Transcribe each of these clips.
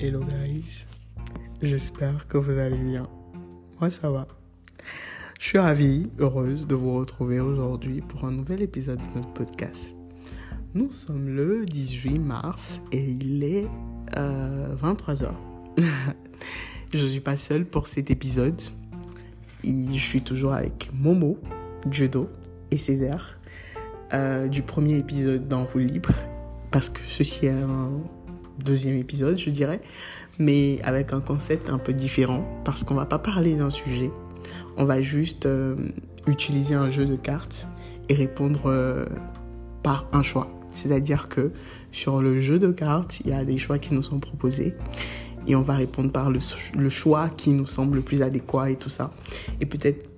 Hello guys, j'espère que vous allez bien. Moi ça va. Je suis ravie, heureuse de vous retrouver aujourd'hui pour un nouvel épisode de notre podcast. Nous sommes le 18 mars et il est euh, 23h. je suis pas seule pour cet épisode. Et je suis toujours avec Momo, Judo et Césaire euh, du premier épisode d'En roue libre parce que ceci est un deuxième épisode, je dirais, mais avec un concept un peu différent, parce qu'on va pas parler d'un sujet, on va juste euh, utiliser un jeu de cartes et répondre euh, par un choix. C'est-à-dire que sur le jeu de cartes, il y a des choix qui nous sont proposés et on va répondre par le, le choix qui nous semble le plus adéquat et tout ça. Et peut-être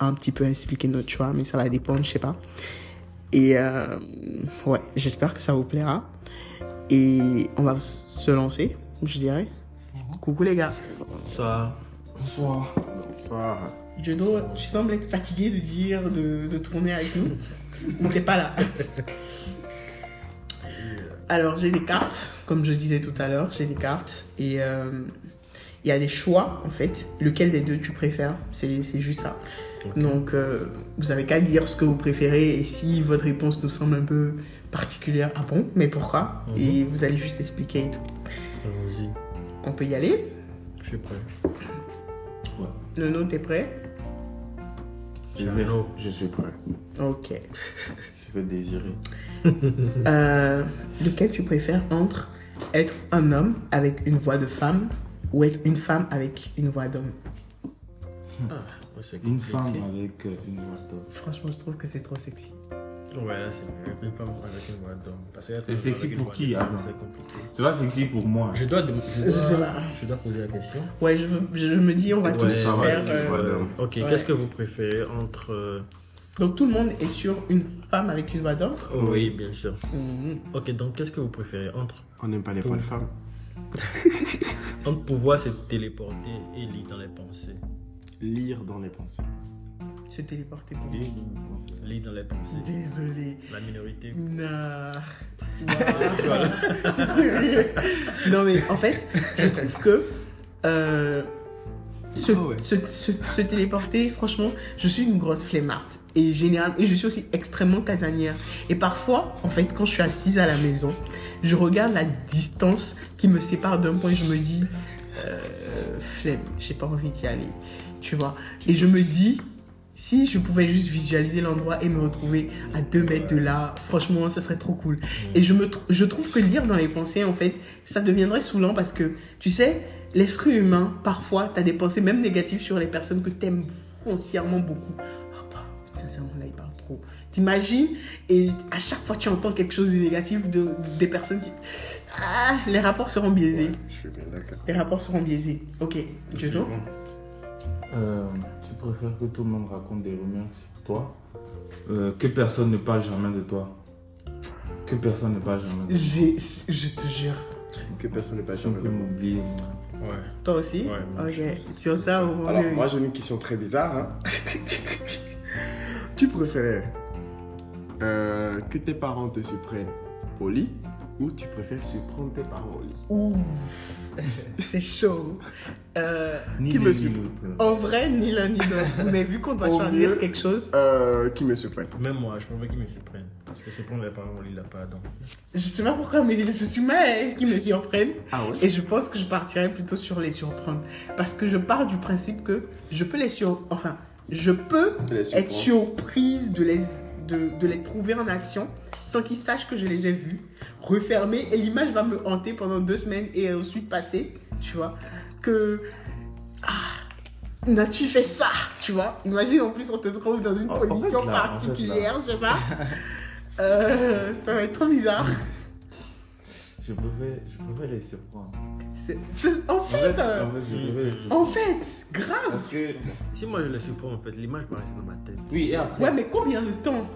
un petit peu expliquer notre choix, mais ça va dépendre, je sais pas. Et euh, ouais, j'espère que ça vous plaira. Et on va se lancer, je dirais. Coucou les gars. Bonsoir. Bonsoir. Bonsoir. Jodo, tu sembles être fatigué de dire, de, de tourner avec nous. On t'es pas là. Alors j'ai des cartes, comme je disais tout à l'heure, j'ai des cartes. Et euh, il y a des choix en fait. Lequel des deux tu préfères C'est c'est juste ça. Donc, euh, vous avez qu'à dire ce que vous préférez et si votre réponse nous semble un peu particulière, ah bon, mais pourquoi Mhm. Et vous allez juste expliquer et tout. Allons-y. On peut y aller Je suis prêt. Le nôtre est prêt C'est zéro. Je suis prêt. Ok. Je peux désirer. Euh, lequel tu préfères entre être un homme avec une voix de femme ou être une femme avec une voix d'homme Ouais, c'est Une compliqué. femme avec euh, une voix d'homme. Franchement, je trouve que c'est trop sexy. Ouais, là, c'est mieux. Une femme avec une voix d'homme. Parce que être hein. C'est une femme sexy avec une pour voix qui, d'homme, avant C'est compliqué. C'est pas sexy pour moi. Je dois, je, dois, Je sais pas. je dois poser la question. Ouais, je, veux- je me dis, on va tous ça va, faire. une euh, voix d'homme. Ok, Ouais. qu'est-ce que vous préférez entre. euh, Donc, tout le monde est sur une femme avec une voix d'homme Oui, bien sûr. Mhm. Ok, donc qu'est-ce que vous préférez entre. On n'aime pas les voix de femmes. Entre pouvoir se téléporter et lire dans les pensées. Lire dans les pensées. Se téléporter pour Lire dans les pensées. Lire dans les pensées. Désolé. La minorité. Non. C'est sérieux. Non mais en fait, je trouve que euh, se, Ah ouais. se- se- se téléporter, franchement, je suis une grosse flemmarde. Et général, et je suis aussi extrêmement casanière. Et parfois, en fait, quand je suis assise à la maison, je regarde la distance qui me sépare d'un point. Je me dis, euh, flemme, j'ai pas envie d'y aller. Tu vois. Et je me dis, si je pouvais juste visualiser l'endroit et me retrouver à 2 mètres de là, franchement, ça serait trop cool. Et je, me tr- je trouve que lire dans les pensées, en fait, ça deviendrait saoulant parce que, tu sais, l'esprit humain, parfois, t'as des pensées même négatives sur les personnes que t'aimes foncièrement beaucoup. Ah bah, sincèrement, là, il parle trop. T'imagines Et à chaque fois, tu entends quelque chose de négatif de, de- des personnes qui... Ah, les rapports seront biaisés. Je suis bien d'accord. Les rapports seront biaisés. Ok, je tourne Euh, tu préfères que tout le monde raconte des rumeurs sur toi euh, Que personne ne parle jamais de toi Que personne ne parle jamais de toi J'ai- Je te jure. Que personne ne passe Personne peut m'oublier. Ouais. Toi aussi Ouais, moi, je Ok, pense. sur ça, on Alors, est- moi j'ai une question très bizarre. hein. tu préfères euh, que tes parents te surprennent au lit ou tu préfères surprendre tes parents au lit Ouh, c'est chaud. Euh, Ni Qui l'un me ni suit l'autre. en vrai, ni l'un ni l'autre. Mais vu qu'on doit Au choisir mieux. quelque chose, euh, Qui me surprennent Même moi, je préfère qu'ils me surprennent. Parce que surprendre les parents, on lit la pas donc. je sais pas pourquoi, mais je suis mal à l'aise qu'ils me surprennent. Ah ouais Et je pense que je partirais plutôt sur les surprendre. Parce que je pars du principe que je peux les sur... Enfin, je peux Les être surprendre. surprise de les, de, de les trouver en action sans qu'ils sachent que je les ai vus, refermer, et l'image va me hanter pendant deux semaines et ensuite passer, tu vois, que... Ah, n'as-tu fait ça, tu vois Imagine en plus on te trouve dans une En- en fait, position là, en fait, là. particulière, je sais pas. Euh, ça va être trop bizarre. Je préfère, je préfère les surprendre. C'est- c'est- en, En fait, fait, euh, en fait, je préfère les surprendre. en fait, grave. Parce que, Si moi je les surprends, en fait, l'image va rester dans ma tête. oui, et après, Ouais, mais combien de temps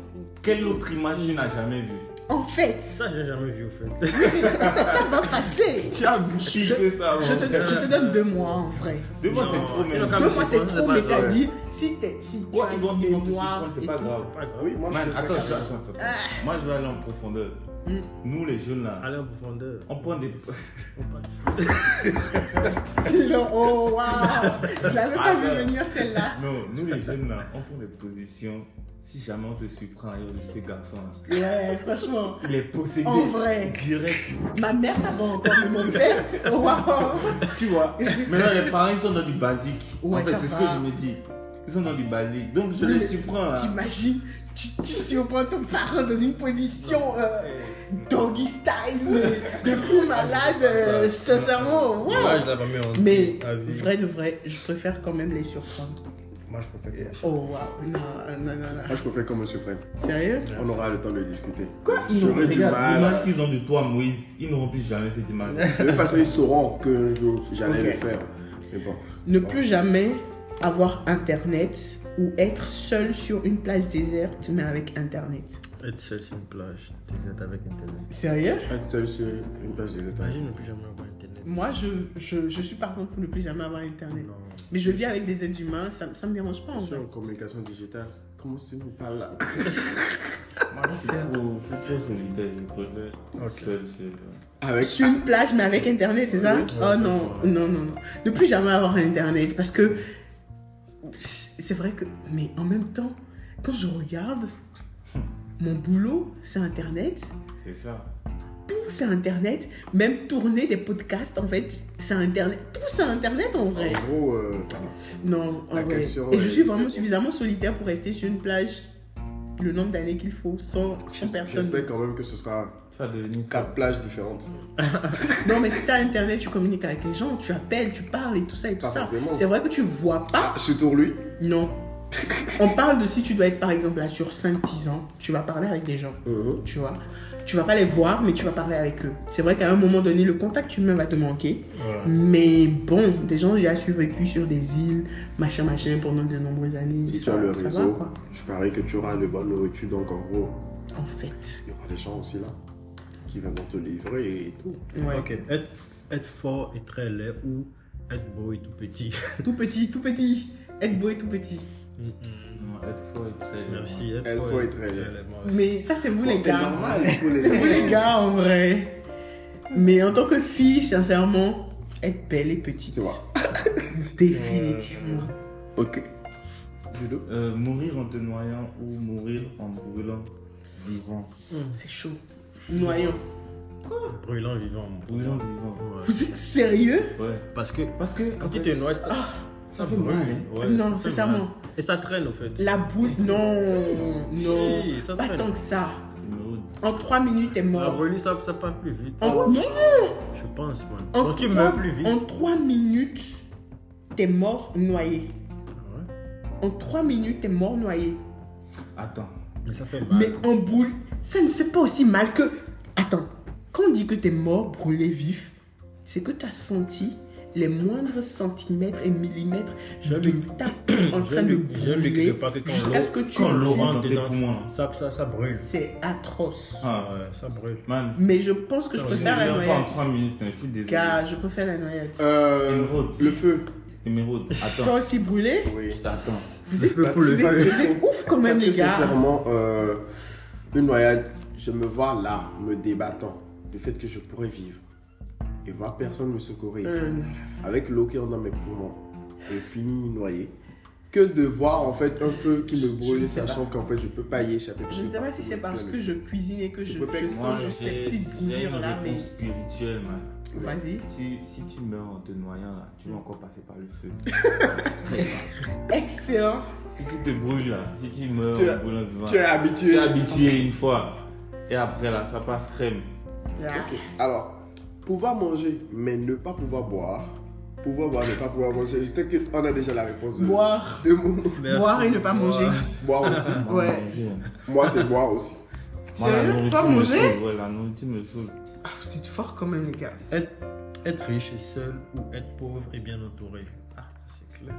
quelle autre image tu n'as jamais vue En fait, Ça, j'ai jamais vu, au fait. ça va passer. Tu as bouché Je- ça, Je te, je te donne deux mois en vrai. Deux mois, Non, c'est trop, ils mais. n'ont qu'à Deux me mois c'est surprendre, trop, pas mais grave. t'as dit si t'es si tu Ouais, as ils une vont- ils vont te mémoire surprendre, c'est et pas tout. Ah, grave. C'est pas grave. Oui, moi Man, je attends, préfère attends, ça. attends, attends. Moi, je vais aller en profondeur. Hmm. Nous, les jeunes, là, Aller en profondeur. on prend des. C'est le. Oh, waouh Je l'avais pas vu Ah, venir celle-là. non, nous, les jeunes, là, on prend des positions. Si jamais on te surprend, yo, de ce garçon-là, Ouais, franchement. il est possédé. En vrai. Direct. Ma mère, ça va encore, Oh, mais mon père. Waouh Tu vois Maintenant, les parents, ils sont dans du basique. Ouais, en fait, ça c'est ce va. que je me dis. Ils sont dans du basique. Donc, je Mais les surprends, là. T'imagines tu, tu surprends ton parent dans une position euh, doggy style, mais de fou malade, euh, sincèrement. waouh. Moi, je l'avais pas mis en Mais à vie. vrai de vrai, je préfère quand même les surprendre. Moi, je préfère que- Oh waouh, non, non, non, non. Moi, je préfère qu'on me surprenne. Sérieux On aura le temps de discuter. Quoi Ils n'auront- J'aurais du regarde, mal. L'image qu'ils ont de toi, Moïse, ils n'auront plus jamais cette image. De toute façon, ils sauront que je- j'allais Ok. le faire. Mais bon. Ne plus jamais avoir internet ou être seul sur une plage déserte mais avec internet. Être seul sur une plage, déserte avec internet. Sérieux Être seul Ah, sur une plage déserte. Imagine ne plus jamais avoir internet. Moi, je, je, je suis par contre pour ne plus jamais avoir internet. Non. Mais je vis avec des êtres humains, ça, ça me dérange pas en Sur vrai. une communication digitale. Comment tu nous parles là Moi, je suis trop, je suis trop solitaire, je préfère. Seul, seul. Avec Sur une plage mais avec internet, c'est ça Oui. Oh non, non, non, non. Ne plus jamais avoir internet parce que c'est vrai que. Mais en même temps, quand je regarde, Hum. mon boulot, c'est internet. C'est ça. Tout, c'est internet. Même tourner des podcasts, en fait, c'est internet. Tout, c'est internet en vrai. En gros, euh, Non, en La vrai. question, Et je elle- suis vraiment suffisamment solitaire pour rester sur une plage le nombre d'années qu'il faut sans, sans personne. j'espère quand même que ce sera Tu vas devenir quatre plages différentes. Non, mais si t'as internet, tu communiques avec les gens, tu appelles, tu parles et tout ça et tout Pas ça. forcément. C'est vrai que tu vois pas. Surtout lui, Non. On parle de si tu dois être par exemple là sur 5-10 ans, tu vas parler avec des gens, Mhm. tu vois. Tu vas pas les voir, mais tu vas parler avec eux. C'est vrai qu'à un moment donné, le contact humain va te manquer. Voilà. Mais bon, des gens, il a survécu sur des îles, machin, machin, pendant de nombreuses années. si tu ça- as le ça va, réseau, quoi. je parie que tu auras de bonnes nourriture. Donc en gros, En fait. il y aura des gens aussi là qui viendront te livrer et tout. Ouais. Ok, être, être fort et très laid ou être beau et tout petit. Tout petit, tout petit. Être beau et tout petit. Non, être fort et très Merci, être, Être fort et très laid. laid, moi, Mais ça, c'est vous Bon, les Oh, c'est gars. normal, il faut les C'est vous les gars en vrai. Mais en tant que fille, sincèrement, être belle et petite. Tu vois. Définitivement. Ok. Judo. Euh, mourir en te noyant ou mourir en brûlant vivant. Hum, C'est chaud. Noyant. Brûlant vivant. moi. Brûlant vivant. Ouais. Vous êtes sérieux Ouais. Parce que Parce que quand en tu fait, te noies, ça, Ah, ça fait mal, hein. Ouais, Non, ça fait sincèrement. mal. Et ça traîne, au fait. La boue. Non. Non. Si, ça Ah, Pas traîne. tant que ça. numéro En 3 minutes, t'es La mort. brûlure, ça, ça part plus vite. En, non, Je pense, man. en Quand Ah, tu trois- meurs plus vite. En 3 minutes, t'es mort noyé. Ouais. En 3 minutes, t'es mort noyé. Attends. Mais ça fait Mais mal. en boule, ça ne fait pas aussi mal que. Attends, quand on dit que t'es mort brûlé vif, c'est que t'as senti les moindres centimètres et millimètres Je de lu- ta peau en je train de lu- je lu quelque brûler part que quand jusqu'à l'eau- ce que tu quand l'eau tu- rentre Dans des tes poumons. Ça, ça, ça brûle. C'est atroce. Ah ouais. Ouais, ça brûle. Man, Mais je pense que je Ça, je ne préfère la viens pas en noyade. 3 minutes, hein, je suis désolé. Car je préfère la noyade. Euh, Émeraude. le feu. Émeraude, attends. Toi aussi brûlé Oui. Attends. Vous êtes, feu pour le vous êtes- feu. vous êtes ouf quand même, Parce que les gars. sincèrement, euh, une noyade, je me vois là, me débattant du fait que je pourrais vivre et voir personne me secourir. Euh, non. avec l'eau qui rentre dans mes poumons et fini noyé que de voir en fait un feu qui me brûle sachant qu'en fait je peux pas y échapper. je ne sais pas si c'est parce que je cuisine et que je, Tu préfères je que sens Moi, juste les j'ai petites j'ai une bouillures là, mais. réponse spirituelle, man. Vas-y. Tu- si tu meurs en te noyant, là, tu vas encore passer par le feu. Excellent. si tu te brûles, là, si tu meurs Tu- en brûlant vivant, Tu es là, habitué. tu es habitué une fois. Et après, là, ça passe crème. Là. Ok. Alors, pouvoir manger mais ne pas pouvoir boire, pouvoir boire ne pas pouvoir manger. Je sais qu'on a déjà la réponse. De... Boire. de mon- Merci. Boire et ne pas manger. Boire aussi. Moi, Ouais. manger, hein. Moi c'est boire aussi. Moi, la Sérieux Pas nourriture me manger sauve, ouais, La nourriture me sauve. Ah, vous êtes fort quand même, les gars. Être, être riche et seul ou être pauvre et bien entouré. Ah, ça, c'est clair.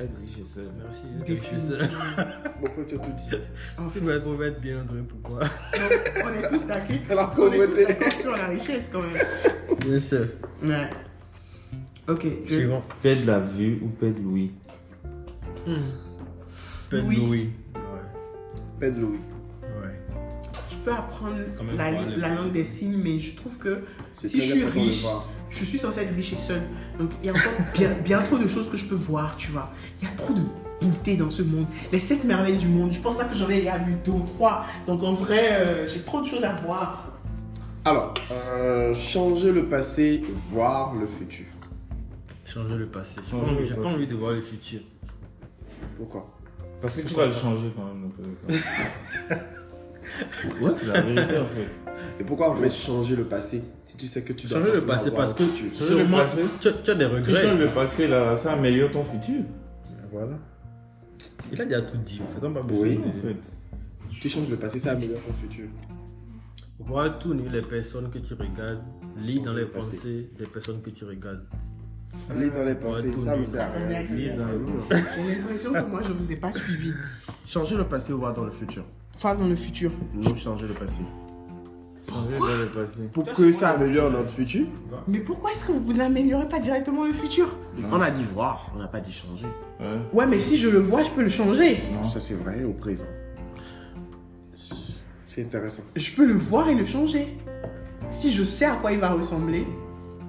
Être riche et seul. Merci. Définitivement. Pourquoi tu as tout dit En fait, Tu vas être pauvre, être bien entouré, pourquoi on est tous d'accord. La On est tous pauvreté. d'accord sur la richesse quand même. Bien sûr. Ouais. Ok. je- Suivant. Perdre la vue ou perdre l'ouïe Père Oui. Louis. Ouais. Père de Louis. Ouais. Je peux apprendre Quand même, la, voir les- la langue des signes, mais je trouve que C'est si très je suis important de riche, voir. je suis censée être riche et seule. Donc il y a encore bien, bien trop de choses que je peux voir, tu vois. Il y a trop de beauté dans ce monde. Les sept merveilles du monde, je pense pas que j'en ai déjà vu deux ou trois. Donc en vrai, euh, j'ai trop de choses à voir. Alors, euh, changer le passé, voir le futur. Changer le passé. J'ai pas Changer envie- le j'ai pas passé. envie de voir le futur. Pourquoi Parce que tu vas le changer quand même. donc, euh, quand- ouais, c'est la vérité en fait. Et pourquoi en fait changer le passé si tu sais que tu dois Changer le forcément passé avoir parce un que futur Changer le sûrement passé. tu, tu as des Tu changes regrets. le passé là, ça améliore ton futur. Voilà. Il a déjà tout dit. En fait, on va Oui. En fait. Tu changes le passé, ça améliore ton futur. Voir tout nu les personnes que tu regardes, lire dans Changer les le passé. pensées des personnes que tu regardes. Lire dans les pensées, tout ça me lire. sert à rien. Lire dans J'ai l'impression que moi je vous ai pas suivi. Changer le passé ou voir dans le futur Hmm. Enfin, dans le futur. Nous, changer le passé. Changer dans le passé. Pour que ça améliore notre futur, Mais pourquoi est-ce que vous n'améliorez pas directement le futur On a dit voir, on n'a pas dit changer. Ouais. Ouais, mais si je le vois, je peux le changer. Ça, c'est vrai, au présent. c'est intéressant. je peux le voir et le changer. Si je sais à quoi il va ressembler,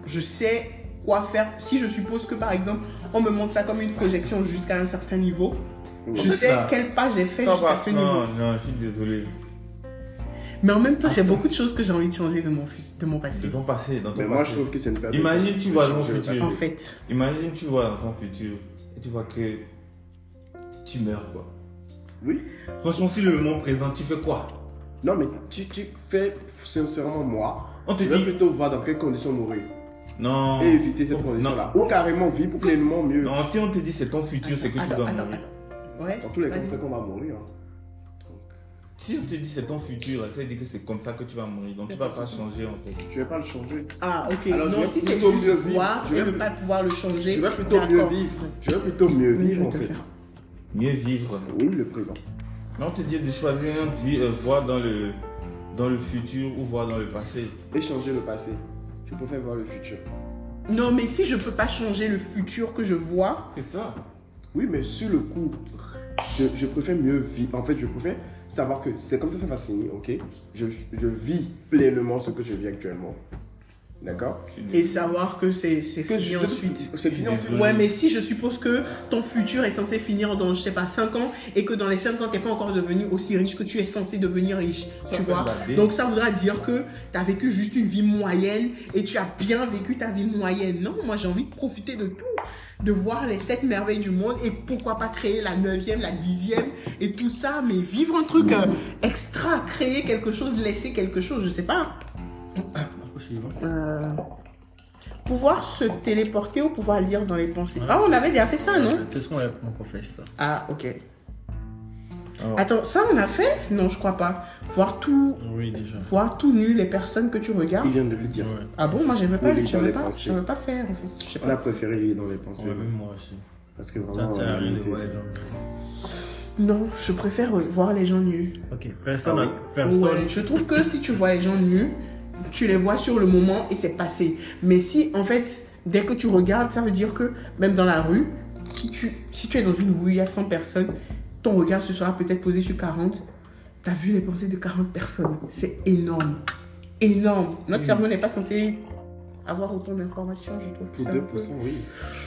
je sais quoi faire. Si je suppose que par exemple, on me montre ça comme une projection jusqu'à un certain niveau, je sais Ah. quel pas j'ai fait Non, jusqu'à pas- ce niveau. non, non, je suis désolé. Mais en même temps, j'ai beaucoup de choses que j'ai envie de changer de mon, fu- de mon C'est passé. ton passé. Dans ton Mais passé. moi, je trouve que c'est une perte. de Imagine, temps. tu vas dans le Changer futur. En passé. fait, Imagine, tu vois dans ton futur et tu vois que tu meurs quoi. Oui. Franchement, si le moment présent, tu fais quoi Non, mais tu, tu fais sincèrement moi. On te Je vais dit plutôt voir dans quelles conditions mourir non. et éviter cette Non. condition-là. Ou carrément vivre pour pleinement mieux. Non, si on te dit c'est ton futur, c'est que tu attends, dois attends, mourir. attends. Ouais. Dans tous les cas, vas-y. c'est qu'on va mourir. hein. Si on te dit c'est ton futur, ça veut dire que c'est comme ça que tu vas mourir. Donc tu vas pas changer en fait. Je vais pas le changer. Ah, ok. Alors, je non, vais si c'est plutôt juste mieux vivre. voir Je et vais ne plus- pas pouvoir le changer. Je vais plutôt mieux d'accord. vivre. Je vais plutôt mieux Oui, je vivre vais en te fait. faire. Mieux vivre. Oui, le présent. Mais on te dit de choisir un vi- euh, voir dans le dans le futur ou voir dans le passé. Et changer le passé. Je préfère voir le futur. Non, mais si je peux pas changer le futur que je vois, C'est ça. Oui, mais sur le coup, je, je préfère mieux vivre. En fait, je préfère savoir que c'est comme ça ça va se finir, ok je, je vis pleinement ce que je vis actuellement. D'accord et savoir que c'est c'est Que fini je- ensuite. C'est fini ensuite. Ouais, mais si je suppose que ton futur est censé finir dans, je sais pas, 5 ans, et que dans les 5 ans, t'es pas encore devenu aussi riche que tu es censé devenir riche, Ça tu fait vois. de la bête. Donc ça voudra dire que t'as vécu juste une vie moyenne, et tu as bien vécu ta vie moyenne. Non, moi j'ai envie de profiter de tout, de voir les 7 merveilles du monde, et pourquoi pas créer la 9e, la 10e, et tout ça, mais vivre un truc euh, extra, créer quelque chose, laisser quelque chose, je sais pas. Euh, Pouvoir se téléporter ou pouvoir lire dans les pensées. Ah, on avait déjà fait ça, non Qu'est-ce qu'on a encore fait ça ah, ok. Alors. Attends, ça on a fait Non, je crois pas. Voir tout, Oui, déjà. voir tout nu les personnes que tu regardes. Il vient de le dire. Ouais. Ah bon, moi j'aimais pas, Oui, j'aimais les pas, pensées. j'aimais pas faire en fait. Je sais On pas. a préféré lire dans les pensées. Ouais, même moi aussi. Parce que Ça vraiment, euh, ne sert à la rien de vérité, voir c'est- les gens. Non, je préfère euh, voir les gens nus. Ok, personne, Ah à- oui. personne. Ouais, je trouve que si tu vois les gens nus, tu les vois sur le moment et c'est passé. Mais si en fait, dès que tu regardes, ça veut dire que même dans la rue, si tu, si tu es dans une rue où il y a 100 personnes, ton regard se sera peut-être posé sur 40. Tu as vu les pensées de 40 personnes. C'est énorme. Énorme. Notre cerveau n'est pas censé avoir autant d'informations, je trouve. que Pour c'est un 2%, oui.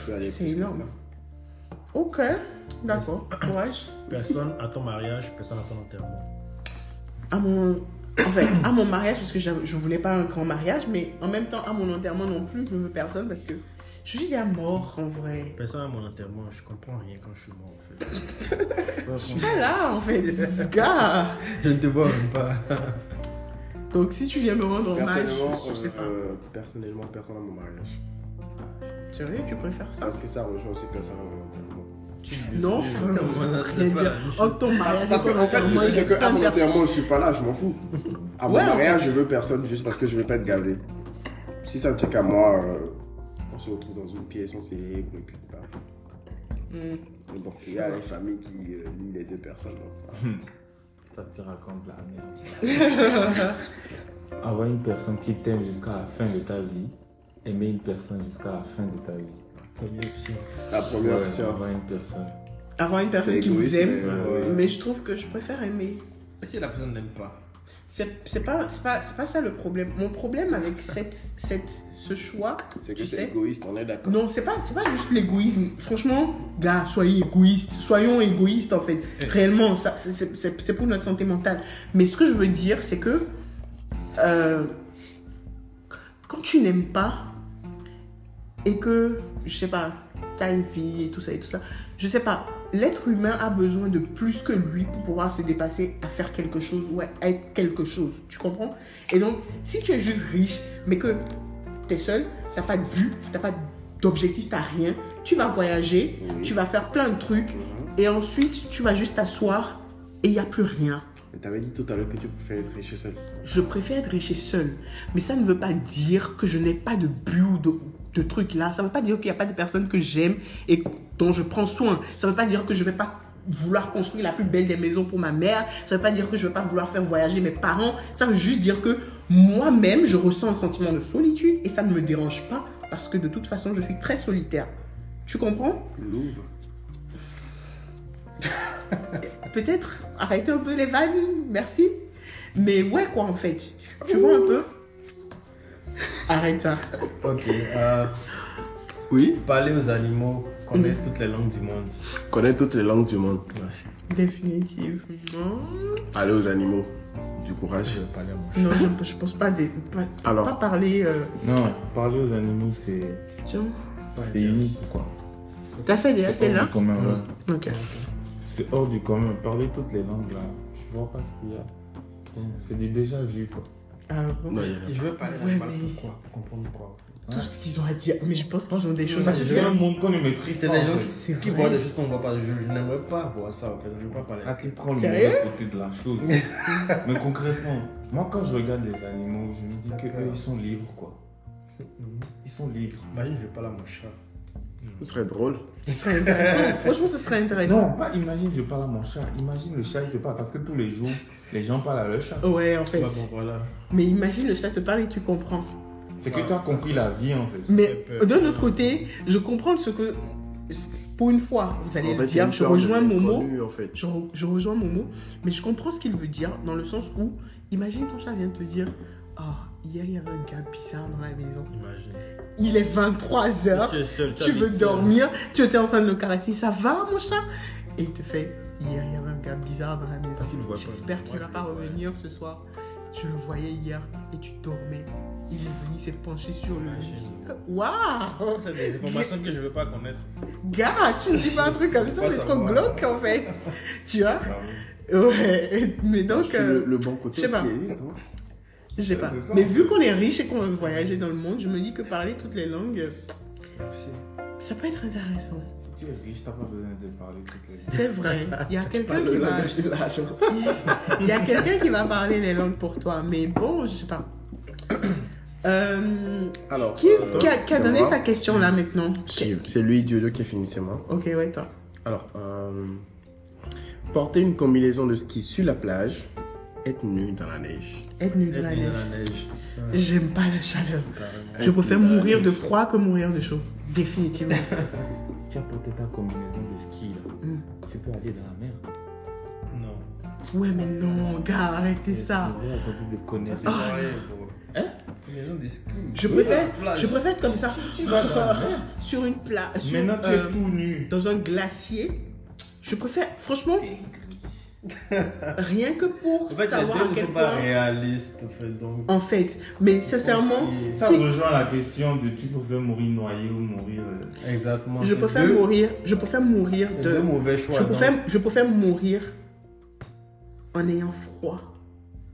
Je peux aller C'est plus que énorme. peu- ça. Ok, d'accord. Courage. Personne à ton mariage, personne à ton enterrement. à mon enfin, à mon mariage parce que j'avais- je voulais pas un grand mariage mais en même temps à mon enterrement non plus je veux personne parce que je suis déjà mort en vrai Personne à mon enterrement, je comprends rien quand je suis mort en fait. voilà en fait ce gars Je ne te vois même pas. donc si tu viens me rendre hommage Personnellement, je sais pas euh, personnellement, personne à mon mariage. euh, sérieux tu préfères ça Parce que ça rejoint aussi personne à mon enterrement. Ah, non ça veut Moi, c'est rien pas dire la même en ton mariage Parce et que, ton en fait, enterrement le il truc, c'est reste que à plein de mon personnes enterrement, je suis pas là, je m'en fous. À mon Ouais, en mariage, fait. je veux personne juste parce que je veux pas être gavé. Si ça ne tient qu'à moi, euh, on se retrouve dans une pièce, on célèbre et puis voilà. Hmm. Mais bon, il y a les familles qui euh, lient les deux personnes. donc, voilà. Ça te raconte la merde. Avoir une personne qui t'aime jusqu'à la fin de ta vie, aimer une personne jusqu'à la fin de ta vie. Première option. La première Ouais, option, Avoir une personne. avoir une personne c'est qui vous égoïste, aime Ouais, mais, euh, ouais. mais je trouve que je préfère aimer Si la personne n'aime pas, C'est c'est pas, c'est pas, c'est pas ça le problème. Mon problème avec cette, cette, ce choix, C'est que tu c'est sais, égoïste, on est d'accord. non, c'est pas, c'est pas juste l'égoïsme. Franchement, gars, soyez égoïstes. Soyons égoïstes, en fait. Réellement, ça, c'est- c'est c'est- c'est pour notre santé mentale. Mais ce que je veux dire, c'est que euh, quand tu n'aimes pas et que, je sais pas, t'as une vie et tout ça et tout ça, je sais pas, l'être humain a besoin de plus que lui pour pouvoir se dépasser à faire quelque chose ou à être quelque chose. Tu comprends Et donc, si tu es juste riche, mais que t'es seul, t'as pas de but, t'as pas d'objectif, t'as rien, tu vas voyager, tu vas faire plein de trucs, et ensuite tu vas juste t'asseoir et il n'y a plus rien. Mais T'avais dit tout à l'heure que tu préfères être riche et seul. Je préfère être riche et seul, mais ça ne veut pas dire que je n'ai pas de but ou de, de trucs là. Ça ne veut pas dire qu'il n'y a pas de personnes que j'aime et dont je prends soin. Ça ne veut pas dire que je ne vais pas vouloir construire la plus belle des maisons pour ma mère. Ça ne veut pas dire que je ne vais pas vouloir faire voyager mes parents. Ça veut juste dire que moi-même, je ressens un sentiment de solitude et ça ne me dérange pas parce que de toute façon, je suis très solitaire. Tu comprends Louvre. peut-être arrêter un peu les vannes, merci. Mais ouais, quoi, en fait. Tu, tu vois un peu Arrête ça. Ok. euh, Oui parler aux animaux, Mm. connaître toutes les langues du monde. Connaître toutes les langues du monde. Merci. Définitivement. Aller aux animaux. Du courage. Je vais parler à mon Non, je, je pense pas, des- pas, Alors. pas parler. euh, Non, parler aux animaux, c'est Tiens, c'est unique, quoi. t'as fait déjà C'est hors celle-là du commun, ouais. hein? Ok. C'est hors du commun. Parler toutes les langues, là, je vois pas ce qu'il y a. C'est du déjà vu, quoi. Ah, bon. Je veux parler à Ouais, l'animal mais- pourquoi Pour comprendre quoi Tout ce qu'ils ont à dire, mais je pense qu'ils ont des choses à Parce que c'est dire. un monde qu'on ne maîtrise C'est pas. des en gens fait. qui, C'est qui vrai. voient des choses qu'on ne voit pas. Je, je n'aimerais pas voir ça en fait. Je ne veux pas parler. Ah, tu prends le Sérieux mauvais côté de la chose. Mais concrètement, moi quand je regarde les animaux, je me dis que eux, ils sont libres quoi. Ils sont libres. Imagine, je parle à mon chat. Ce serait drôle. Ce serait intéressant. Franchement, ce serait Non, intéressant. pas imagine je parle à mon chat. Imagine le chat il te parle parce que tous les jours les gens parlent à leur chat. Ouais, en fait. Ouais, Bah bon, voilà. Mais imagine le chat te parle et tu comprends. C'est que tu as compris la vie en fait. Mais fait peur. d'un autre côté, je comprends ce que. Pour une fois, vous allez En le fait, c'est dire, une je peur de rejoins Momo. l'inconnu, en fait. je, re- je rejoins mon mot, mais je comprends ce qu'il veut dire dans le sens où, imagine ton chat vient te dire Ah, hier il y avait un gars bizarre dans la maison. Imagine. Il est 23h, Tu es seul. Ah, tu veux habites seul. dormir, tu étais en train de le caresser, ça va mon chat Et il te fait Hier il y avait un gars bizarre dans la maison. Tu le vois pas, J'espère mais qu'il va moi, je pas le vois. revenir ce soir. Je le voyais hier et tu dormais. Il est venu s'est penché sur le lit. Waouh C'est des informations que je ne veux pas connaître. Gars, tu me dis pas un truc comme Faut ça, pas c'est trop savoir. glauque en fait. Tu vois Ouais, mais donc. C'est euh, le, le bon côté je sais pas. aussi existe. hein. Je Euh, sais pas. c'est ça, Mais en vu qu'on est riche et qu'on veut voyager dans le monde, je me dis que parler toutes les langues, euh, Merci. ça peut être intéressant. Si tu es riche, t'as pas besoin de parler toutes les C'est vrai. Il y a quelqu'un qui Le va, langage de l'argent. il y a quelqu'un qui va parler les langues pour toi. Mais bon, je sais pas. Euh, Alors, qui, euh, qui a, qui a c'est donné moi. sa question là maintenant Si, C'est lui, Dieu, Dieu qui a fini, c'est moi. Ok, ouais toi. Alors, euh, porter une combinaison de ski sur la plage, être nu dans la neige. Être nul dans la Être dans la neige. neige. J'aime pas la chaleur. carrément. Je préfère mourir de froid que mourir de chaud. Définitivement. Si tu as porté ta combinaison de ski là, Mm. tu peux aller dans la mer. Non. Ouais, mais non, gars, arrêtez ça. Oh, Tu vas à côté de connaître. Hein Les gens des skis. Je préfère, je préfère être comme ça. sur une plage. sur, Maintenant tu euh, es tout nu. dans un glacier. Je préfère, franchement, rien que pour En fait, les savoir à deux ne quel sont pas point. réalistes. en fait, donc. En fait, mais sincèrement, Ça si- rejoint la question de tu préfères mourir noyé ou mourir. euh, Exactement. je c'est préfère deux- mourir, je préfère mourir c'est Deux de, mauvais choix. je donc. préfère, je préfère mourir en ayant froid,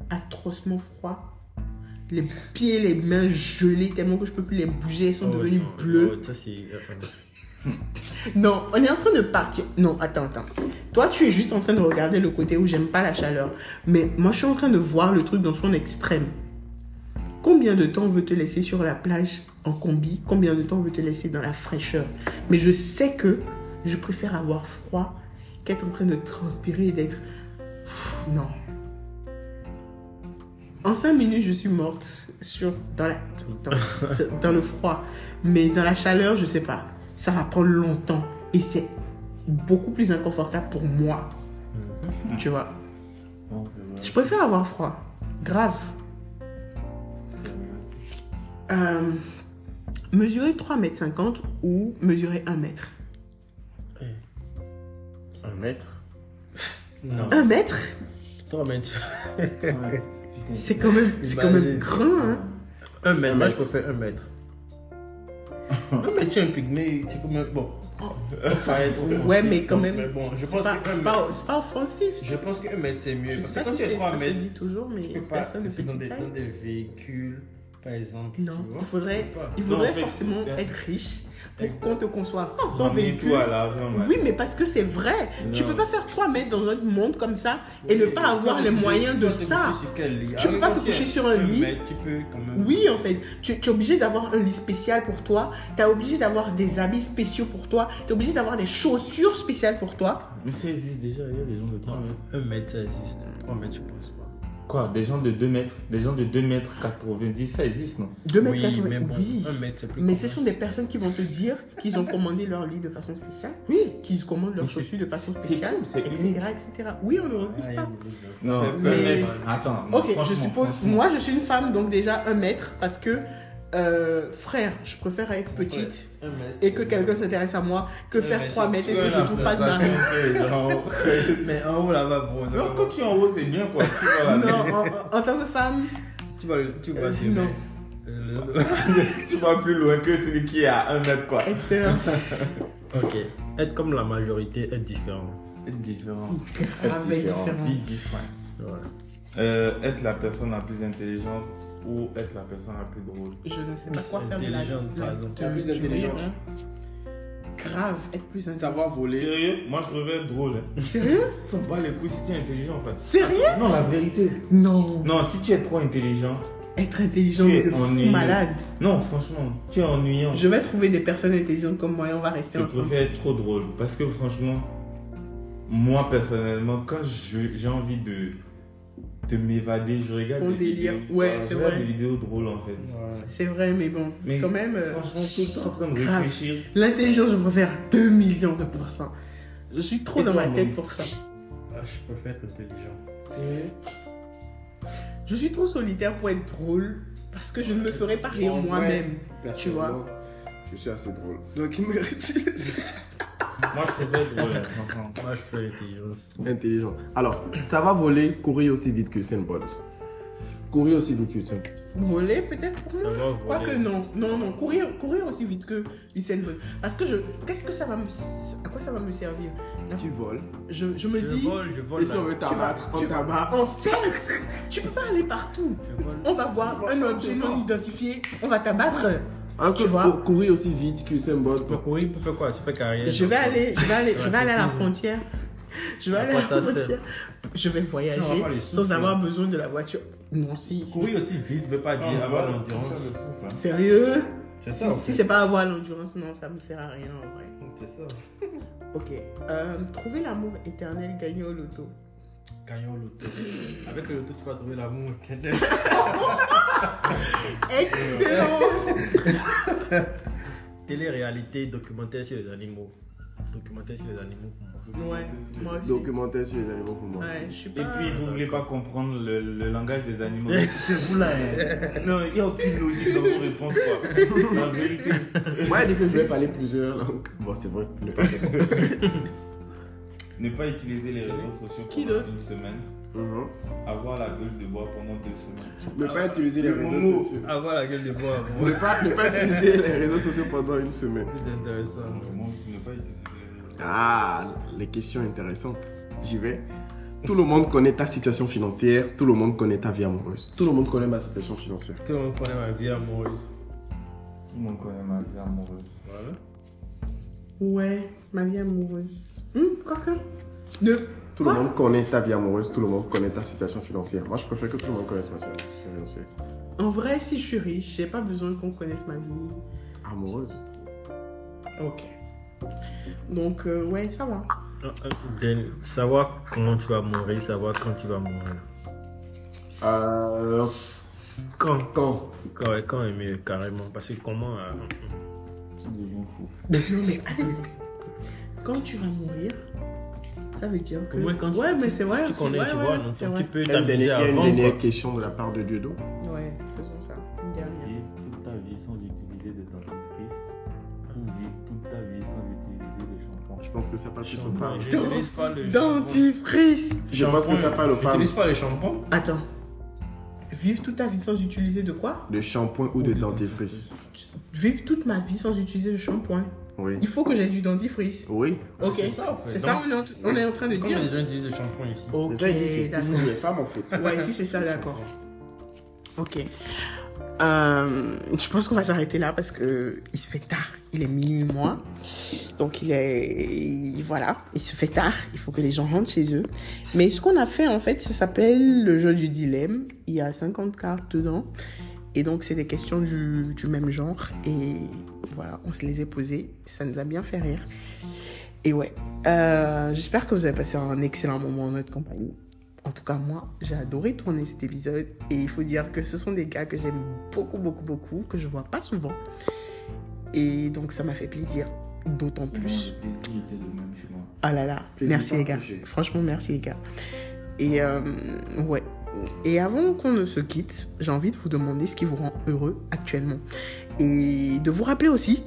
atrocement froid, les pieds, les mains gelées tellement que je peux plus les bouger, elles sont Oh, devenues non, bleues. oh, ça, c'est- Non, on est en train de partir. Non, attends, attends. Toi, tu es juste en train de regarder le côté où j'aime pas la chaleur. Mais moi, je suis en train de voir le truc dans son extrême. Combien de temps on veut te laisser sur la plage en combi Combien de temps on veut te laisser dans la fraîcheur Mais je sais que je préfère avoir froid qu'être en train de transpirer et d'être... Pff, non. En cinq minutes, je suis morte sur, dans, la, dans- dans le froid. Mais dans la chaleur, je sais pas. Ça va prendre longtemps. Et c'est beaucoup plus Mm. inconfortable pour moi. Tu vois. non, c'est vrai. Je préfère avoir froid. Grave. Euh, mesurer 3,50 m ou mesurer 1 mètre Un mètre Non. 1 mètre Trois mètres. C'est quand même, c'est quand même grand, hein. Un mètre. Moi, je préfère un mètre. un mètre, tu es un pygmée. Tu es comme un. Bon. Enfin, être offensif, Ouais, mais quand donc, même, Mais bon, je C'est pense pas, que. un c'est mètre- pas- c'est pas offensif. Je pense qu'un mètre, c'est mieux. Je parce sais que pas si quand tu es c'est- trois ça se mètres, dit toujours, mais tu peux pas. personne ne C'est dans petite des, dans taille. des véhicules, par exemple. Non, tu il vois. faudrait, Tu peux pas. il faudrait en fait, forcément c'est- être riche pour qu'on te conçoive. Ah, ton Ramener véhicule. tout à l'argent, ouais. Oui, mais parce que c'est vrai. Tu Non. peux pas faire 3 mètres dans notre monde comme ça et ne Oui, pas mais avoir tu les peux moyens te de coucher ça. sur quel lit Tu peux Ah oui, pas quand te tu es coucher sur un lit. mètre, tu peux quand même. Oui, en fait, tu, tu es obligé d'avoir un lit spécial pour toi, tu es obligé d'avoir des habits spéciaux pour toi, tu es obligé d'avoir des chaussures spéciales pour toi. Mais ça existe déjà, il y a des gens de 3 mètres. Un mètre, ça existe. Trois mètres, je pense pas. Quoi Des gens de 2 mètres Des gens de 2 mètres 90, ça existe, non 2 mètres Oui, 80, mais bon, oui. un mètre, c'est plus. Mais commun. ce sont des personnes qui vont te dire qu'ils ont commandé leur lit de façon spéciale, Oui. qu'ils commandent leurs Mais c'est- chaussures de façon c'est spéciale, cool, c'est etc., etc. Oui, on ne refuse Ah, il y a pas. des exemples. Non, Mais- mais... Attends. non, Ok, je franchement, suppose. franchement. Moi, je suis une femme, donc déjà un mètre, parce que euh, frère, je préfère être petite Un mètre, et que c'est- quelqu'un s'intéresse à moi que faire mais 3 tu- mètres et Tu que as je trouve pas de mari. l'impression que, genre, Mais en haut là-bas, bon. ça Non, va. quand tu es en haut, c'est bien, quoi. Tu vois, là, Non, en, en- en tant que femme, Tu vas le. Tu vas euh, le- non. le- Tu vas plus loin que celui qui est à 1 mètre, quoi. Excellent. Ok. Être comme la majorité, être différent. Différent. Grave et différent. Be different. Voilà. Euh, être la personne la plus intelligente ou être la personne la plus drôle. Je ne sais pas quoi faire de la Intelligente, par la- exemple. de- Plus du rire, intelligente. hein. Grave, être plus intelligent. Savoir voler. Sérieux Moi, je préfère être drôle. Hein. Sérieux On s'en bat les couilles si tu es intelligent, en fait. Sérieux Non, la vérité. Non. Non, si tu es trop intelligent. Être intelligent, Tu mais es de fou ennuyeux. malade. Non, franchement, tu es ennuyant. Je vais trouver des personnes intelligentes comme moi et on va rester Je ensemble. préfère être trop drôle parce que franchement, moi personnellement, quand je- j'ai envie de, de m'évader, je regarde Bon des délire. vidéos. Ouais, je c'est regarde vrai. des vidéos drôles en fait. C'est vrai, mais bon, Mais quand même. euh, franchement, tout le temps en train de grave. réfléchir. L'intelligence, je préfère 2 millions de pourcents. Je suis trop Et dans toi, ma mon- tête pour ça. Ah, je préfère être intelligent. Je suis trop solitaire pour être drôle parce que je ne me ferai pas rire En vrai, moi-même. Tu vois. Je suis assez drôle. Donc il me reste Moi, je préfère être drôle, hein, franchement. Moi, je préfère l'intelligence. intelligent. Alors, ça va voler, courir aussi vite que Saint-Bot. Courir aussi vite que Saint-Bot. Voler peut-être pour Ça moi va, Quoique voler. non, non, non, courir, courir aussi vite que Usain Bolt. Parce que je, qu'est-ce que ça va me, à quoi ça va me servir Tu voles. je, je me Je dis, vole, je vole. Et si on veut t'abattre, on t'abat. en fait, tu peux pas aller partout. Je vole. On va voir un objet non identifié, on va t'abattre. Alors Tu que vois. oh, courir aussi vite que Saint-Bot. Pour courir, tu fais quoi Tu fais carrière Je vais aller, je vais aller, je vais aller à la Raconte-nous. frontière. Je vais À aller à quoi la ça sert frontière. Je vais Non, on va voyager pas les sans souffler. avoir besoin de la voiture. Non, si. Courir aussi vite, mais pas dire avoir l'endurance. Sérieux C'est Si, si c'est pas avoir l'endurance, non, ça me sert à rien en vrai. C'est ça. Ok. Euh, trouver l'amour éternel gagné au loto. Gagnons l'auto. Avec le loto, tu vas trouver l'amour. Excellent Télé-réalité, documentaire sur les animaux. Documentaire sur les animaux pour moi. Ouais, moi aussi. Documentaire sur les animaux pour moi. Ouais, je suis pas. Et puis, vous voulez pas comprendre le, le langage des animaux. vous là, non, il n'y a aucune logique dans vos réponses, quoi. La vérité. Moi, il dit que je vais parler plusieurs langues. Bon, c'est vrai. je l'ai pas fait. Ne pas utiliser les réseaux sociaux Qui pendant d'autre une semaine. Mhm. Avoir la gueule de bois pendant deux semaines. Ne pas utiliser les réseaux sociaux. Avoir la gueule de bois, bon. Ne pas, ne pas utiliser les réseaux sociaux pendant une semaine. C'est intéressant. Vraiment, ne pas utiliser les réseaux Ah, les questions intéressantes. J'y vais. Tout le monde connaît ta situation financière, tout le monde connaît ta vie amoureuse, tout le monde connaît ma situation financière. Tout le monde connaît ma vie amoureuse. Tout le monde connaît ma vie amoureuse. Voilà. Ouais, ma vie amoureuse. Hum, quoique. Ne. Tout le monde connaît ta vie amoureuse, tout le monde connaît ta situation financière. Moi, je préfère que tout le monde connaisse ma situation financière. En vrai, si je suis riche, j'ai pas besoin qu'on connaisse ma vie. Amoureuse Ok. Donc, euh, ouais, ça va. Ah, ah, Dan, Savoir comment tu vas mourir, savoir quand tu vas mourir. Euh. Quand Quand Quand, quand est mieux, carrément. Parce que comment. euh, Tu deviens fou. Non, mais attends. Quand tu vas mourir, Ça veut dire que. Au moins, quand tu- ouais, mais tu- c'est tu- vrai. tu c'est connais, vrai, tu ouais, vois, donc c'est tu vrai. peux Il y a une dernière, il y a t'amuser une avant. dernière quoi. question de la part de Dieudo. Ouais, faisons ça. Une dernière. Vivre toute ta vie sans utiliser de dentifrice ou vivre toute ta vie sans utiliser de shampoing. Je pense que ça parle plus aux femmes. Je n'utilise pas le Dentifrice Je pense que ça parle aux Je femmes. n'utilise pas le shampoing. Attends. Vivre toute ta vie sans utiliser de quoi De shampoing ou de dentifrice. Vivre toute ma vie sans utiliser de shampoing. Oui. Il faut que j'aie du dentifrice. Oui. Ok. Ah, C'est ça, en fait. C'est ça, on est en, on est en train de Combien de dire. gens utilisent le shampoing ici Ok, Ça, il dit, c'est plus d'accord. pour les femmes en fait. Ouais, si c'est ça, d'accord. Ok. Euh, je pense qu'on va s'arrêter là parce que il se fait tard. Il est minuit moins. Donc il est, il- voilà, il se fait tard. Il faut que les gens rentrent chez eux. Mais ce qu'on a fait en fait, ça s'appelle le jeu du dilemme. Il y a 50 cartes dedans. Et donc c'est des questions du, du même genre. Et voilà, on se les est posées. Ça nous a bien fait rire. Et ouais, Euh, j'espère que vous avez passé un excellent moment en notre compagnie. En tout cas, moi, j'ai adoré tourner cet épisode et il faut dire que ce sont des gars que j'aime beaucoup, beaucoup, beaucoup, que je vois pas souvent. Et donc, ça m'a fait plaisir, d'autant plus. Le plaisir était le même chez moi. Ah là là, Plaisir merci les gars. partagé. Franchement, merci les gars. Et euh, ouais. Et avant qu'on ne se quitte, j'ai envie de vous demander ce qui vous rend heureux actuellement. Et de vous rappeler aussi,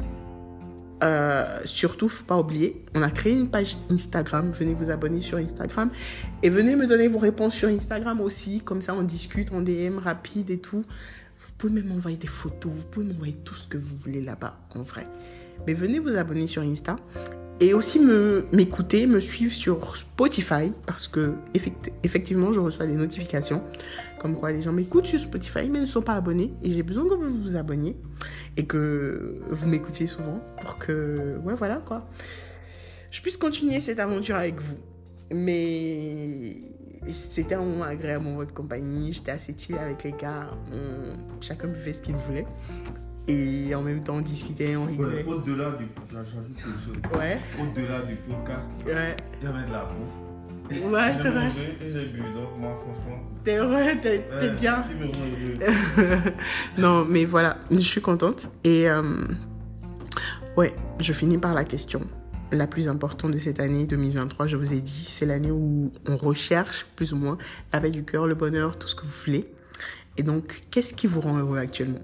euh, surtout, faut pas oublier, on a créé une page Instagram. Venez vous abonner sur Instagram. Et venez me donner vos réponses sur Instagram aussi. Comme ça, on discute en DM rapide et tout. Vous pouvez même envoyer des photos. Vous pouvez m'envoyer tout ce que vous voulez là-bas, en vrai. Mais venez vous abonner sur Insta et aussi me m'écouter, me suivre sur Spotify parce que effect- effectivement je reçois des notifications comme quoi les gens m'écoutent sur Spotify mais ne sont pas abonnés et j'ai besoin que vous vous abonniez et que vous m'écoutiez souvent pour que ouais voilà quoi je puisse continuer cette aventure avec vous mais c'était un moment agréable en votre compagnie j'étais assez chill avec les gars on- chacun fait ce qu'il voulait et en même temps on discutait on rigolait Ouais, Au-delà du. J'ajoute quelque chose. ouais Au-delà du podcast, ouais il y avait de la bouffe. Ouais, J'ai c'est vrai. mangé et j'ai bu, donc moi, franchement. T'es heureux, t'es t'es euh, bien. c'est ce qui me rend heureux. non, mais voilà, je suis contente. Et euh, ouais, je finis par la question la plus importante de cette année 2023. Je vous ai dit, c'est l'année où on recherche plus ou moins la paix du cœur, le bonheur, tout ce que vous voulez. Et donc, qu'est-ce qui vous rend heureux actuellement